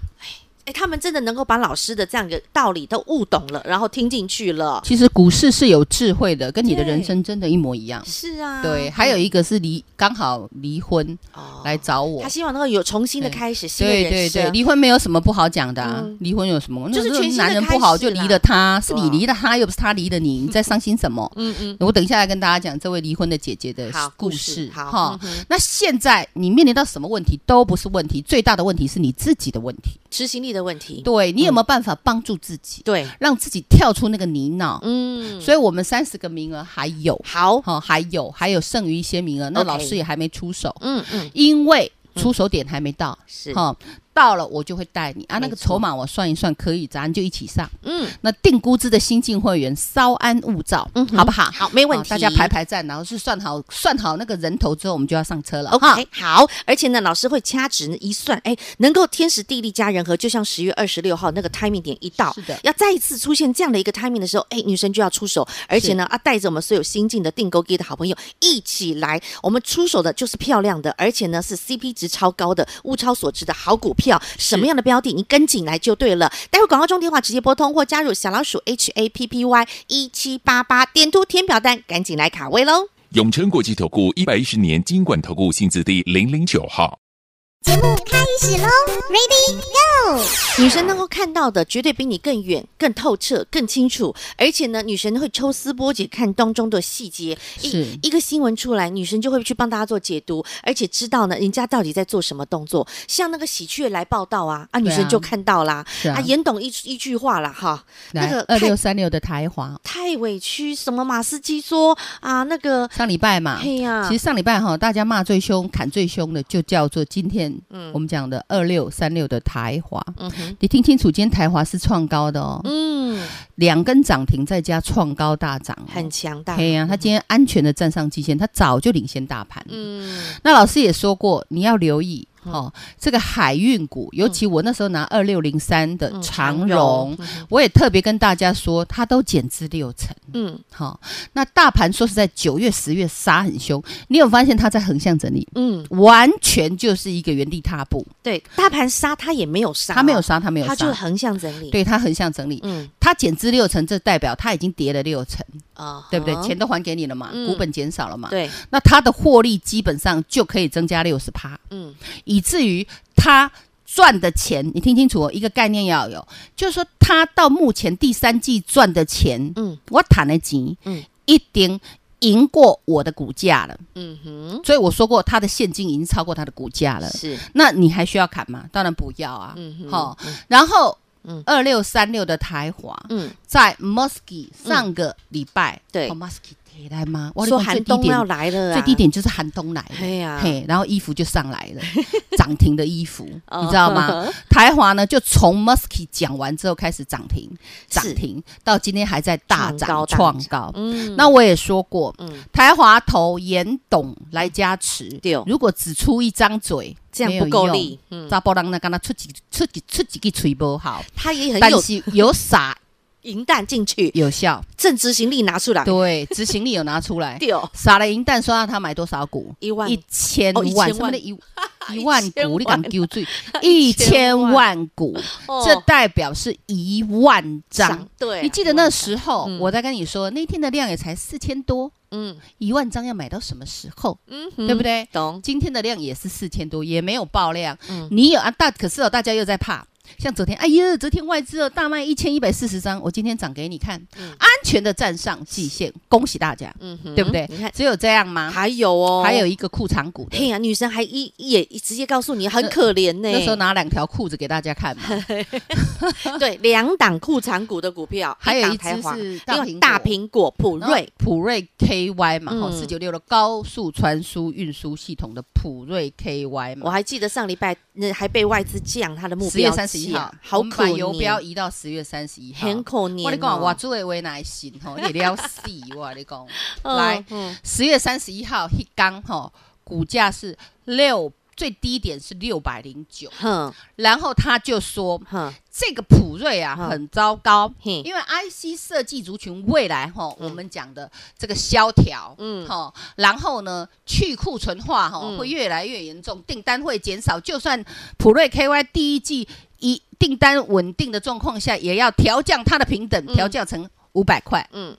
[SPEAKER 1] 哎，他们真的能够把老师的这样一个道理都悟懂了，然后听进去了。
[SPEAKER 2] 其实股市是有智慧的，跟你的
[SPEAKER 1] 对
[SPEAKER 2] 人生真的一模一样。
[SPEAKER 1] 是啊，
[SPEAKER 2] 对，还有一个是离刚好离婚
[SPEAKER 1] 哦
[SPEAKER 2] 来找我
[SPEAKER 1] 他，希望能够有重新的
[SPEAKER 2] 对
[SPEAKER 1] 开始，新的
[SPEAKER 2] 对
[SPEAKER 1] 人
[SPEAKER 2] 对对，
[SPEAKER 1] 生。
[SPEAKER 2] 离婚没有什么不好讲的啊
[SPEAKER 1] 嗯，
[SPEAKER 2] 离婚有什么？
[SPEAKER 1] 就是
[SPEAKER 2] 那
[SPEAKER 1] 全新的
[SPEAKER 2] 男人不
[SPEAKER 1] 开
[SPEAKER 2] 好
[SPEAKER 1] 始
[SPEAKER 2] 就
[SPEAKER 1] 啦
[SPEAKER 2] 离了他，是你
[SPEAKER 1] 对啊
[SPEAKER 2] 离了他，又不是他离 了你，你在伤心什么？
[SPEAKER 1] 嗯嗯，
[SPEAKER 2] 我等一下来跟大家讲这位离婚的姐姐的
[SPEAKER 1] 好
[SPEAKER 2] 故
[SPEAKER 1] 故
[SPEAKER 2] 事
[SPEAKER 1] 事，
[SPEAKER 2] 哈
[SPEAKER 1] 好。嗯哼
[SPEAKER 2] 那现在你面临到什么问题都不是问题，最大的问题是你自己的问题。
[SPEAKER 1] 执行力的问题。
[SPEAKER 2] 对你有没有办法帮助自己，
[SPEAKER 1] 对，
[SPEAKER 2] 让自己跳出那个泥淖？
[SPEAKER 1] 嗯，
[SPEAKER 2] 所以我们三十个名额还有，
[SPEAKER 1] 好，
[SPEAKER 2] 好、还有还有剩余一些名额，那
[SPEAKER 1] OK
[SPEAKER 2] 老师也还没出手，
[SPEAKER 1] 嗯嗯，
[SPEAKER 2] 因为出手点还没到，
[SPEAKER 1] 是，
[SPEAKER 2] 好、到了我就会带你啊，那
[SPEAKER 1] 没
[SPEAKER 2] 个
[SPEAKER 1] 错
[SPEAKER 2] 筹码我算一算可以，咱就一起上。
[SPEAKER 1] 嗯
[SPEAKER 2] 那定估值的新进会员稍安勿躁，
[SPEAKER 1] 嗯哼
[SPEAKER 2] 好不好？
[SPEAKER 1] 好，没问
[SPEAKER 2] 好
[SPEAKER 1] 题。
[SPEAKER 2] 大家排排站，然后是算好算好那个人头之后，我们就要上车了。哈
[SPEAKER 1] OK，好，而且呢，老师会掐指一算，哎，能够天时地利加人和，就像十月二十六号那个 timing 点一到，
[SPEAKER 2] 是的
[SPEAKER 1] 要再一次出现这样的一个 timing 的时候，哎，女神就要出手，而且呢，啊，带着我们所有新进的订购机的好朋友一起来，我们出手的就是漂亮的，而且呢是 CP 值超高的、物超所值的好股票，什么样的标的你跟紧来就对了。待会广告中电话直接拨通或加入小老鼠 HAPPY 一七八八，点图填表单，赶紧来卡位喽。
[SPEAKER 3] 永诚国际投顾一百一十年金管投顾性质第零零九号。节目开始喽，Ready Go！
[SPEAKER 1] 女神能够看到的，绝对比你更远、更透彻、更清楚。而且呢，女神会抽丝剥茧，看当中的细节。
[SPEAKER 2] 是
[SPEAKER 1] 一一个新闻出来，女神就会去帮大家做解读，而且知道呢，人家到底在做什么动作。像那个喜鹊来报道啊，啊，女神就看到啦。
[SPEAKER 2] 是啊
[SPEAKER 1] 严董一一句话啦，哈，那
[SPEAKER 2] 来
[SPEAKER 1] 个
[SPEAKER 2] 二
[SPEAKER 1] 太
[SPEAKER 2] 六三六的台华，
[SPEAKER 1] 太委屈，什么马斯基说啊，那个，
[SPEAKER 2] 上礼拜嘛，
[SPEAKER 1] 嘿呀、
[SPEAKER 2] 啊其实上礼拜哈，大家骂最凶、砍最凶的，就叫做今天我们讲的二六三六的台华。
[SPEAKER 1] 嗯哼，
[SPEAKER 2] 你听清楚，今天台华是创高的哦，
[SPEAKER 1] 嗯，
[SPEAKER 2] 两根涨停再加创高大涨哦，
[SPEAKER 1] 很强大，
[SPEAKER 2] 嘿呀、它今天安全的站上季线，它早就领先大盘。
[SPEAKER 1] 嗯，
[SPEAKER 2] 那老师也说过，你要留意哦，这个海运股，尤其我那时候
[SPEAKER 1] 嗯
[SPEAKER 2] 拿二六零三的长荣，我也特别跟大家说，它都减资六成。
[SPEAKER 1] 嗯
[SPEAKER 2] 好、那大盘说实在，九月、十月杀很凶，你有发现它在横向整理，
[SPEAKER 1] 嗯，
[SPEAKER 2] 完全就是一个原地踏步，
[SPEAKER 1] 对，大盘杀它也没有杀哦，
[SPEAKER 2] 它没有杀，它没有
[SPEAKER 1] 它就
[SPEAKER 2] 杀，
[SPEAKER 1] 横向整理，，
[SPEAKER 2] 对它横向整理。
[SPEAKER 1] 嗯
[SPEAKER 2] 它减资六成，这代表它已经跌了六成，
[SPEAKER 1] 啊，
[SPEAKER 2] 对不对？
[SPEAKER 1] 哈
[SPEAKER 2] 钱都还给你了嘛，
[SPEAKER 1] 嗯
[SPEAKER 2] 股本减少了嘛，
[SPEAKER 1] 对，
[SPEAKER 2] 那它的获利基本上就可以增加六十趴，
[SPEAKER 1] 嗯
[SPEAKER 2] 以至于它赚的钱，你听清楚、哦，一个概念要有，就是说它到目前第三季赚的钱，
[SPEAKER 1] 嗯
[SPEAKER 2] 我谈的钱，
[SPEAKER 1] 嗯
[SPEAKER 2] 一定赢过我的股价了。
[SPEAKER 1] 嗯哼，
[SPEAKER 2] 所以我说过，它的现金已经超过它的股价了。
[SPEAKER 1] 是，
[SPEAKER 2] 那你还需要砍吗？当然不要啊。
[SPEAKER 1] 嗯哼
[SPEAKER 2] 好、然后
[SPEAKER 1] 嗯
[SPEAKER 2] 二六三六的台华，
[SPEAKER 1] 嗯，
[SPEAKER 2] 在 Musky 上个礼拜，
[SPEAKER 1] 对
[SPEAKER 2] 哦，Musky 跌来吗？我跟你
[SPEAKER 1] 说
[SPEAKER 2] 讲
[SPEAKER 1] 寒
[SPEAKER 2] 最低
[SPEAKER 1] 冬
[SPEAKER 2] 点
[SPEAKER 1] 要来了，
[SPEAKER 2] 最低，点就是寒冬来了，
[SPEAKER 1] 哎啊呀
[SPEAKER 2] 嘿，然后衣服就上来 了，涨停的衣服，
[SPEAKER 1] 哦
[SPEAKER 2] 你知道 吗？台华呢，就从 Musky 讲完之后开始涨停，涨停到今天还在大涨
[SPEAKER 1] 创高大涨
[SPEAKER 2] 创高。
[SPEAKER 1] 嗯，
[SPEAKER 2] 那我也说过，
[SPEAKER 1] 嗯，
[SPEAKER 2] 台华投严董来加持，
[SPEAKER 1] 对
[SPEAKER 2] 如果只出一张嘴，
[SPEAKER 1] 这样不够力，嗯，
[SPEAKER 2] 扎波浪那跟他出几出几出几个吹波好，
[SPEAKER 1] 它也很
[SPEAKER 2] 但
[SPEAKER 1] 有
[SPEAKER 2] 是有傻
[SPEAKER 1] 银弹进去，
[SPEAKER 2] 有效，
[SPEAKER 1] 正执行力拿出来，
[SPEAKER 2] 对，执行力有拿出来。
[SPEAKER 1] 哎 对哦，
[SPEAKER 2] 撒了银弹，说让他买多少股？
[SPEAKER 1] 一万
[SPEAKER 2] 一千
[SPEAKER 1] 哦一千
[SPEAKER 2] 万，
[SPEAKER 1] 万
[SPEAKER 2] 什么 的一一
[SPEAKER 1] 一
[SPEAKER 2] 万
[SPEAKER 1] 千
[SPEAKER 2] 股，你
[SPEAKER 1] 万
[SPEAKER 2] 敢丢 罪？一千万股，
[SPEAKER 1] 哦
[SPEAKER 2] 这代表是一万张
[SPEAKER 1] 涨。，哦对，啊
[SPEAKER 2] 你记得那时候
[SPEAKER 1] 嗯
[SPEAKER 2] 我在跟你说，那天的量也才四千多，
[SPEAKER 1] 嗯
[SPEAKER 2] 一万张要买到什么时候？
[SPEAKER 1] 嗯，
[SPEAKER 2] 对不对？
[SPEAKER 1] 懂，
[SPEAKER 2] 今天的量也是四千多，也没有爆量。
[SPEAKER 1] 嗯
[SPEAKER 2] 你有啊？大可是哦，大家又在怕。像昨天，哎呀，昨天外资哦大卖一千一百四十张，我今天涨给你看，安全的站上季线，恭喜大家，
[SPEAKER 1] 嗯哼
[SPEAKER 2] 对不对
[SPEAKER 1] 你看？
[SPEAKER 2] 只有这样吗？
[SPEAKER 1] 还有哦，
[SPEAKER 2] 还有一个裤长股的
[SPEAKER 1] 嘿呀，女神还一也直接告诉你很可怜呢、
[SPEAKER 2] 那时候拿两条裤子给大家看嘛，
[SPEAKER 1] 对两档裤长股的股票，
[SPEAKER 2] 还有
[SPEAKER 1] 档
[SPEAKER 2] 一
[SPEAKER 1] 台
[SPEAKER 2] 只
[SPEAKER 1] 华
[SPEAKER 2] 是
[SPEAKER 1] 另外大苹果普
[SPEAKER 2] 然后
[SPEAKER 1] 瑞，
[SPEAKER 2] 嗯普瑞 KY 嘛，
[SPEAKER 1] 嗯
[SPEAKER 2] 哈四九六的高速传输运输系统的普瑞 KY
[SPEAKER 1] 我
[SPEAKER 2] 嘛，
[SPEAKER 1] 还记得上礼拜那还被外资降它的目
[SPEAKER 2] 十月
[SPEAKER 1] 标
[SPEAKER 2] 三十一
[SPEAKER 1] 价
[SPEAKER 2] 号，
[SPEAKER 1] 好
[SPEAKER 2] 我们
[SPEAKER 1] 可
[SPEAKER 2] 把
[SPEAKER 1] 怜，
[SPEAKER 2] 游标移到十月三十一号。
[SPEAKER 1] 很可怜、哦。
[SPEAKER 2] 我跟你讲，我作为耐心吼，你也要死我跟 你讲，
[SPEAKER 1] 嗯
[SPEAKER 2] 来
[SPEAKER 1] 嗯
[SPEAKER 2] 十月三十一号一刚吼，股价是六最低点是六百零九，
[SPEAKER 1] 哼
[SPEAKER 2] 然后他就说
[SPEAKER 1] 哼，
[SPEAKER 2] 这个普瑞啊
[SPEAKER 1] 嗯
[SPEAKER 2] 很糟糕，
[SPEAKER 1] 嘿，
[SPEAKER 2] 因为 IC 设计族群未来哈，吼我们讲的这个萧条，
[SPEAKER 1] 嗯
[SPEAKER 2] 嗯，哈，然后呢，去库存化哈
[SPEAKER 1] 嗯
[SPEAKER 2] 会越来越严重，订单会减少，就算普瑞 KY 第一季一订单稳定的状况下，也要调降它的平等，调降成五百块，
[SPEAKER 1] 嗯，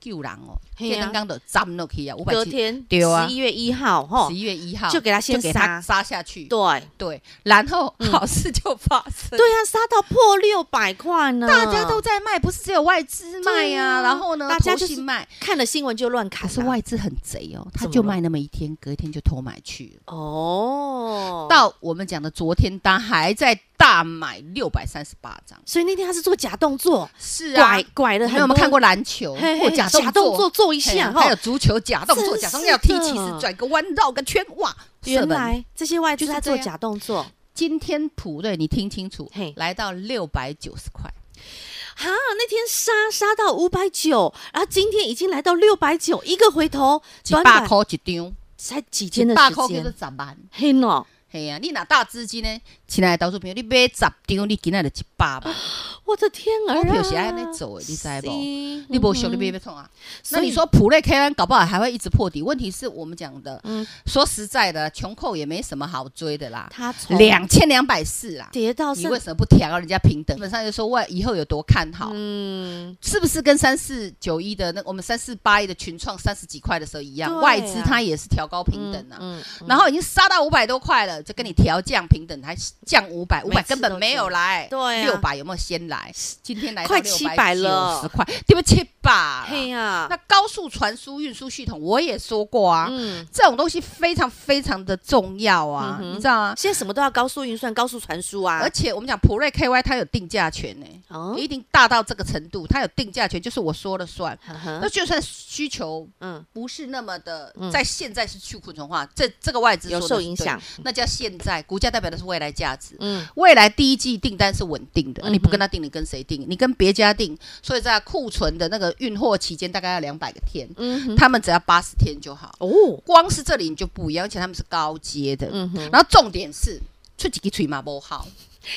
[SPEAKER 2] 救人哦，
[SPEAKER 1] 嘿啊
[SPEAKER 2] 电灯刚的涨落去啊，五百
[SPEAKER 1] 隔
[SPEAKER 2] 七，
[SPEAKER 1] 天
[SPEAKER 2] 对啊
[SPEAKER 1] 十一月一号哈
[SPEAKER 2] 十，一月一号
[SPEAKER 1] 就给它先
[SPEAKER 2] 就给
[SPEAKER 1] 杀
[SPEAKER 2] 它杀下去，
[SPEAKER 1] 对
[SPEAKER 2] 对，然后
[SPEAKER 1] 嗯
[SPEAKER 2] 好事就发生，
[SPEAKER 1] 对啊，杀到破六百块呢，
[SPEAKER 2] 大家都在卖，不是只有外资卖
[SPEAKER 1] 对
[SPEAKER 2] 呀、
[SPEAKER 1] 啊
[SPEAKER 2] 啊，然后呢，
[SPEAKER 1] 大家
[SPEAKER 2] 投
[SPEAKER 1] 就是
[SPEAKER 2] 信卖。
[SPEAKER 1] 看了新闻就乱砍
[SPEAKER 2] 可
[SPEAKER 1] 啊，
[SPEAKER 2] 是外资很贼哦，他
[SPEAKER 1] 怎么
[SPEAKER 2] 就
[SPEAKER 1] 了
[SPEAKER 2] 卖那么一天，隔一天就偷买去了。
[SPEAKER 1] 哦，
[SPEAKER 2] 到我们讲的昨天，他还在大买六百三十八张。
[SPEAKER 1] 所以那天他是做假动作，
[SPEAKER 2] 是啊
[SPEAKER 1] 拐拐了
[SPEAKER 2] 你
[SPEAKER 1] 啊很
[SPEAKER 2] 们
[SPEAKER 1] 多，
[SPEAKER 2] 有没有看过篮球
[SPEAKER 1] 嘿嘿
[SPEAKER 2] 或假动
[SPEAKER 1] 假动作做一
[SPEAKER 2] 嘿
[SPEAKER 1] 下
[SPEAKER 2] 还
[SPEAKER 1] 哈？
[SPEAKER 2] 有足球假动
[SPEAKER 1] 真
[SPEAKER 2] 作，
[SPEAKER 1] 是
[SPEAKER 2] 假装要踢
[SPEAKER 1] 的，
[SPEAKER 2] 其实转个弯绕个圈，哇！射
[SPEAKER 1] 原
[SPEAKER 2] 门
[SPEAKER 1] 来这些外资
[SPEAKER 2] 就是
[SPEAKER 1] 在
[SPEAKER 2] 这
[SPEAKER 1] 做
[SPEAKER 2] 样
[SPEAKER 1] 假动作，
[SPEAKER 2] 今天普瑞，你听清楚
[SPEAKER 1] 嘿，
[SPEAKER 2] 来到六百九十块，
[SPEAKER 1] 哈，那天杀杀到五百九，然后今天已经来到六百九，一个回头，
[SPEAKER 2] 几百块一张，
[SPEAKER 1] 才几
[SPEAKER 2] 几
[SPEAKER 1] 天的
[SPEAKER 2] 百
[SPEAKER 1] 时
[SPEAKER 2] 块就是
[SPEAKER 1] 间，
[SPEAKER 2] 十万。
[SPEAKER 1] 嘿喏，
[SPEAKER 2] 嘿呀，你拿大资金呢？亲爱的投资朋友，你买十张，你今仔就一百万。
[SPEAKER 1] 我的天儿啊！
[SPEAKER 2] 股票是安尼走的你知不
[SPEAKER 1] 是
[SPEAKER 2] 你不修，你别别冲啊！
[SPEAKER 1] 嗯所
[SPEAKER 2] 那
[SPEAKER 1] 以
[SPEAKER 2] 你说普瑞 K N 搞不好还会一直破底，问题是我们讲的，
[SPEAKER 1] 嗯
[SPEAKER 2] 说实在的，穷寇也没什么好追的啦，
[SPEAKER 1] 他从
[SPEAKER 2] 两千两百四啦，
[SPEAKER 1] 跌到
[SPEAKER 2] 你
[SPEAKER 1] 剩
[SPEAKER 2] 为什么不调人家平等？基本上就说外以后有多看好，
[SPEAKER 1] 嗯，
[SPEAKER 2] 是不是跟三四九一的那我们三四八一的群创三十几块的时候一样，
[SPEAKER 1] 对啊
[SPEAKER 2] 外资它也是调高平等啊，
[SPEAKER 1] 嗯，嗯
[SPEAKER 2] 然后已经杀到五百多块了，了，就跟你调降平等，还降五百，五
[SPEAKER 1] 每
[SPEAKER 2] 百
[SPEAKER 1] 次
[SPEAKER 2] 根本没有来，
[SPEAKER 1] 都这样对啊
[SPEAKER 2] 六百有没有先来？今天来到
[SPEAKER 1] 快
[SPEAKER 2] 690
[SPEAKER 1] 700了
[SPEAKER 2] 十块，对不起吧？
[SPEAKER 1] 嘿呀
[SPEAKER 2] 那，高速传输运输系统我也说过啊，
[SPEAKER 1] 嗯，
[SPEAKER 2] 这种东西非常非常的重要啊，
[SPEAKER 1] 嗯哼
[SPEAKER 2] 你知道吗？
[SPEAKER 1] 现在什么都要高速运算、高速传输啊
[SPEAKER 2] 而，且我们讲普瑞 KY 它有定价权呢、
[SPEAKER 1] 哦，
[SPEAKER 2] 一定大到这个程度，它有定价权，就是我说了算。
[SPEAKER 1] 呵
[SPEAKER 2] 那
[SPEAKER 1] 呵
[SPEAKER 2] 就算需求
[SPEAKER 1] 嗯，
[SPEAKER 2] 不是那么的，
[SPEAKER 1] 嗯
[SPEAKER 2] 在现在是去库存化，这这个外资
[SPEAKER 1] 有
[SPEAKER 2] 说的
[SPEAKER 1] 受
[SPEAKER 2] 是
[SPEAKER 1] 影
[SPEAKER 2] 对
[SPEAKER 1] 响，
[SPEAKER 2] 那叫现在股价代表的是未来价值。
[SPEAKER 1] 嗯，
[SPEAKER 2] 未来第一季订单是稳定的，
[SPEAKER 1] 嗯哼
[SPEAKER 2] 你不跟他订，你跟谁订？你跟别家订，所以在库存的那个运货期间大概要两百个天，
[SPEAKER 1] 嗯哼，
[SPEAKER 2] 他们只要八十天就好。
[SPEAKER 1] 哦，
[SPEAKER 2] 光是这里你就不一样，而且他们是高阶的。
[SPEAKER 1] 嗯哼，
[SPEAKER 2] 然后重点是出几个锤嘛不好，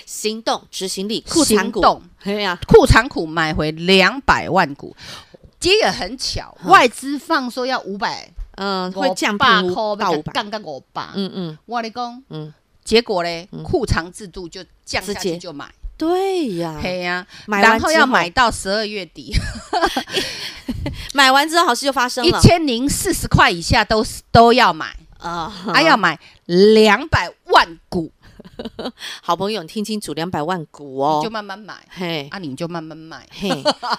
[SPEAKER 1] 行动、执行力、库藏
[SPEAKER 2] 行
[SPEAKER 1] 股，
[SPEAKER 2] 动
[SPEAKER 1] 嘿呀，
[SPEAKER 2] 库藏股买回两百万股，其实也很巧，
[SPEAKER 1] 嗯
[SPEAKER 2] 外资放说要五百，
[SPEAKER 1] 嗯，会降
[SPEAKER 2] 五百
[SPEAKER 1] 平
[SPEAKER 2] 块
[SPEAKER 1] 五到五
[SPEAKER 2] 要
[SPEAKER 1] 百，
[SPEAKER 2] 杠杠五百。
[SPEAKER 1] 嗯嗯
[SPEAKER 2] 我跟你讲，
[SPEAKER 1] 嗯，
[SPEAKER 2] 结果嘞
[SPEAKER 1] 嗯，
[SPEAKER 2] 库藏制度就降
[SPEAKER 1] 直
[SPEAKER 2] 下
[SPEAKER 1] 接
[SPEAKER 2] 去就买，
[SPEAKER 1] 对呀，
[SPEAKER 2] 嘿呀，
[SPEAKER 1] 买完
[SPEAKER 2] 然后
[SPEAKER 1] 之
[SPEAKER 2] 要
[SPEAKER 1] 后
[SPEAKER 2] 买到十二月底，
[SPEAKER 1] 买完之后好事就发生
[SPEAKER 2] 一
[SPEAKER 1] 了，
[SPEAKER 2] 千零四十块以下都是都要买，
[SPEAKER 1] 啊，
[SPEAKER 2] 还要买两百万股，
[SPEAKER 1] 好朋友，你听清楚，两百万股
[SPEAKER 2] 你就
[SPEAKER 1] 哦，
[SPEAKER 2] 慢慢买，
[SPEAKER 1] 嘿。
[SPEAKER 2] 啊，你就慢慢买，
[SPEAKER 1] 嘿，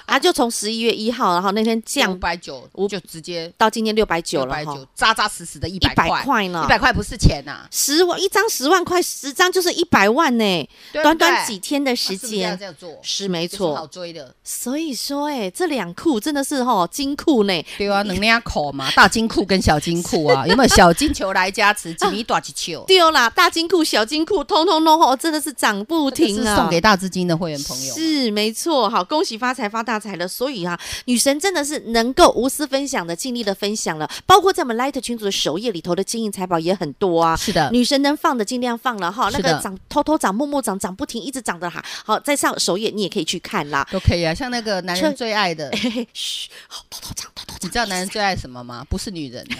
[SPEAKER 1] 啊，就从十一月一号，然后那天
[SPEAKER 2] 五
[SPEAKER 1] 降
[SPEAKER 2] 百九
[SPEAKER 1] 五
[SPEAKER 2] 就直接
[SPEAKER 1] 到今天六百九
[SPEAKER 2] 九
[SPEAKER 1] 了
[SPEAKER 2] 百
[SPEAKER 1] 哈
[SPEAKER 2] 九，，扎扎实实的一
[SPEAKER 1] 一
[SPEAKER 2] 百
[SPEAKER 1] 百
[SPEAKER 2] 块，
[SPEAKER 1] 块呢
[SPEAKER 2] 一，百块不是钱啊呐，
[SPEAKER 1] 十万一张十万块，十张就是一百万呢，
[SPEAKER 2] 对不
[SPEAKER 1] 短短
[SPEAKER 2] 对
[SPEAKER 1] 几天的
[SPEAKER 2] 啊
[SPEAKER 1] 时
[SPEAKER 2] 是不是要
[SPEAKER 1] 间
[SPEAKER 2] 这样做，
[SPEAKER 1] 是没
[SPEAKER 2] 这是好
[SPEAKER 1] 错。
[SPEAKER 2] 追的，
[SPEAKER 1] 所以说，哎，这两库真的是吼金库呢，
[SPEAKER 2] 对啊，能量口嘛， 大金库跟小金库啊，有没有小金球来加持，几米短几 球？
[SPEAKER 1] 丢啦，大金库、小金库，通通都吼，真的是涨不
[SPEAKER 2] 这个
[SPEAKER 1] 停
[SPEAKER 2] 是
[SPEAKER 1] 啊！
[SPEAKER 2] 送给大资金的会员朋友嘛。
[SPEAKER 1] 是没错，好，恭喜发财发大财了。所以啊，女神真的是能够无私分享的，尽力的分享了，包括在我们 Light 群组的首页里头的金银财宝也很多啊。
[SPEAKER 2] 是的，
[SPEAKER 1] 女神能放的尽量放了哈，那
[SPEAKER 2] 是
[SPEAKER 1] 个
[SPEAKER 2] 的
[SPEAKER 1] 涨偷偷涨、默默涨、涨不停，一直涨的哈。好，在上首页你也可以去看 啦。
[SPEAKER 2] 都可以啊。像那个男人
[SPEAKER 1] 趁
[SPEAKER 2] 最爱的，
[SPEAKER 1] 嘿嘿，嘘，好偷偷涨，偷偷
[SPEAKER 2] 你
[SPEAKER 1] 涨。
[SPEAKER 2] 知道男人最爱什么吗？不是女人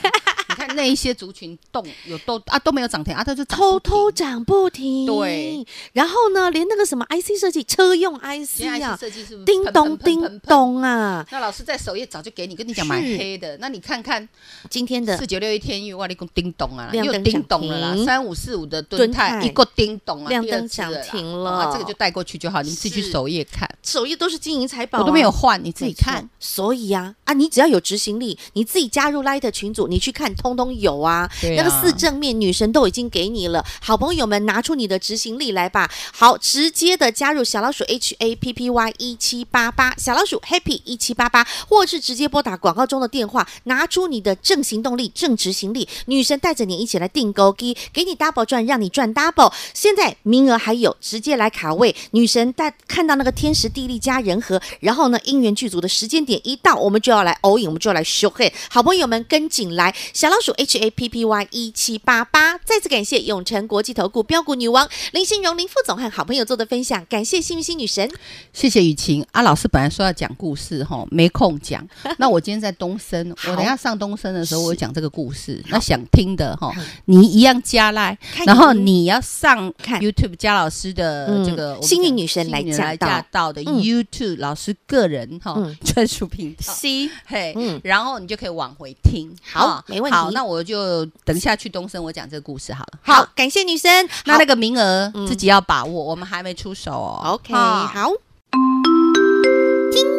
[SPEAKER 2] 啊、你看那一些族群动有都啊都没有涨停啊，它就涨不
[SPEAKER 1] 偷
[SPEAKER 2] 停
[SPEAKER 1] 偷。涨不停，
[SPEAKER 2] 对。
[SPEAKER 1] 然后呢，连那个什么 IC 设计、车用 IC
[SPEAKER 2] 现在
[SPEAKER 1] 啊，
[SPEAKER 2] 设计是不是
[SPEAKER 1] 叮
[SPEAKER 2] 喷
[SPEAKER 1] 咚
[SPEAKER 2] 喷喷
[SPEAKER 1] 叮
[SPEAKER 2] 喷喷？
[SPEAKER 1] 咚啊，
[SPEAKER 2] 那老师在首页早就给你，跟你讲买
[SPEAKER 1] 是
[SPEAKER 2] 黑的，那你看看
[SPEAKER 1] 今天的
[SPEAKER 2] 四九六一天域，哇，你讲叮咚啊，
[SPEAKER 1] 亮
[SPEAKER 2] 又
[SPEAKER 1] 灯
[SPEAKER 2] 叮咚了
[SPEAKER 1] 涨
[SPEAKER 2] 啦，
[SPEAKER 1] 停
[SPEAKER 2] 三五四五的
[SPEAKER 1] 敦
[SPEAKER 2] 盾
[SPEAKER 1] 泰
[SPEAKER 2] 泰一个叮咚啊，
[SPEAKER 1] 亮
[SPEAKER 2] 第二
[SPEAKER 1] 灯
[SPEAKER 2] 次了啦
[SPEAKER 1] 涨停
[SPEAKER 2] 哦啊
[SPEAKER 1] 了
[SPEAKER 2] 这个就带过去就好，你们自己
[SPEAKER 1] 是
[SPEAKER 2] 去首页看，
[SPEAKER 1] 首页都是金银财宝、啊
[SPEAKER 2] 我都没有。换，你自己
[SPEAKER 1] 没错
[SPEAKER 2] 看。，
[SPEAKER 1] 所以啊啊，你只要有执行力，你自己加入 Light 群组，你去看，通通有啊。
[SPEAKER 2] 对
[SPEAKER 1] 那个
[SPEAKER 2] 啊
[SPEAKER 1] 四正面女神都已经给你了，好朋友们拿出你的执行力来吧。好，直接的加入小老鼠 H A P P Y 一七八八，小老鼠 Happy 一七八八，或是直接拨打广告中的电话，拿出你的正行动力、正执行力，女神带着你一起来订购机，给你 double 赚，让你赚 double。现在哎名额还有，直接来卡位。女神带看到那个天时地利加人和，然后呢，因缘具足的时间点一到，我们就要来 all in，我们就要来 show hand。好朋友们跟紧来，小老鼠 H A P P Y 一七八八。再次感谢永诚国际投顾标股女王林心荣林副总和好朋友做的分享，感谢幸运星女神。
[SPEAKER 2] 谢谢雨晴啊，老师本来说要讲故事哈，没空 讲。那我今天在东升，
[SPEAKER 1] 好
[SPEAKER 2] 我等一下上东升的时候，我讲这个故事。那想听的哈，你一样加来
[SPEAKER 1] 看，
[SPEAKER 2] 然后
[SPEAKER 1] 影音
[SPEAKER 2] 你要上
[SPEAKER 1] 看
[SPEAKER 2] YouTube 加老师
[SPEAKER 1] 嗯
[SPEAKER 2] 的这个我们讲
[SPEAKER 1] 幸运女神来
[SPEAKER 2] 幸运
[SPEAKER 1] 驾到
[SPEAKER 2] 到的
[SPEAKER 1] 嗯
[SPEAKER 2] YouTube 老师个人哈
[SPEAKER 1] 嗯
[SPEAKER 2] 专属频道。
[SPEAKER 1] C，
[SPEAKER 2] 嘿，
[SPEAKER 1] 嗯
[SPEAKER 2] 然后你就可以往回听，
[SPEAKER 1] 好
[SPEAKER 2] 啊
[SPEAKER 1] 没问题
[SPEAKER 2] 好，那我就等一下去东升，我讲这个故事好了。
[SPEAKER 1] 好，，感谢女神。
[SPEAKER 2] 那
[SPEAKER 1] 好
[SPEAKER 2] 那个名额
[SPEAKER 1] 嗯
[SPEAKER 2] 自己要把握，我们还没出手哦。
[SPEAKER 1] OK，
[SPEAKER 2] 啊
[SPEAKER 1] 好。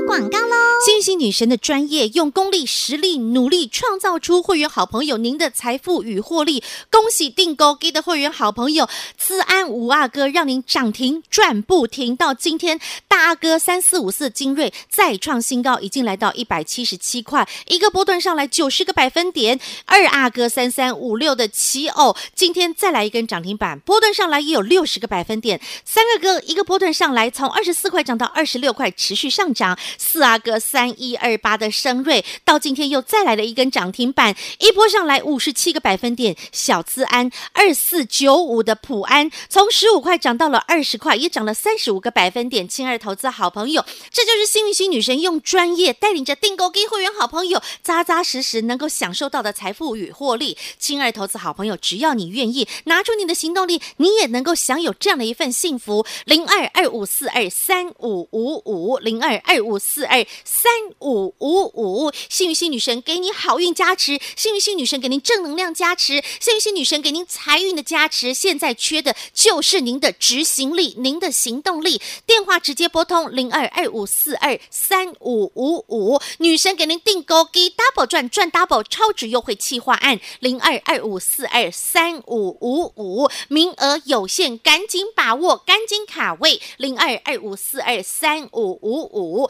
[SPEAKER 3] 广告喽！
[SPEAKER 1] 幸运星女神的专业，用功力、实力、努力，创造出会员好朋友您的财富与获利。恭喜订购给的会员好朋友资安五阿哥，让您涨停赚不停。到今天，大阿哥三四五四精锐再创新高，已经来到一百七十七块，一个波段上来九十个百分点。二阿哥三三五六的奇偶，今天再来一根涨停板，波段上来也有六十个百分点。三个哥一个波段上来，从二十四块涨到二十六块，持续上涨。四阿哥三一二八的升瑞，到今天又再来了一根涨停板，一波上来五十七个百分点。小资安二四九五的普安，从十五块涨到了二十块，也涨了三十五个百分点。亲爱的投资好朋友，这就是幸运星女神用专业带领着订购给会员哦好朋友，扎扎实实能够享受到的财富与获利。亲爱的投资好朋友，只要你愿意，拿出你的行动力，你也能够享有这样的一份幸福。零二二五四二三五五五，零二二五四。四二三五五五。幸运星女神给你好运加持，幸运星女神给您正能量加持，幸运星女神给您财运的加持。现在缺的就是您的执行力，您的行动力。电话直接拨通零二二五四二三五五五，女神给您订购给 double 赚赚 double 超值优惠企划案零二二五四二三五五五，名额有限，赶紧把握，赶紧卡位零二二五四二三五五五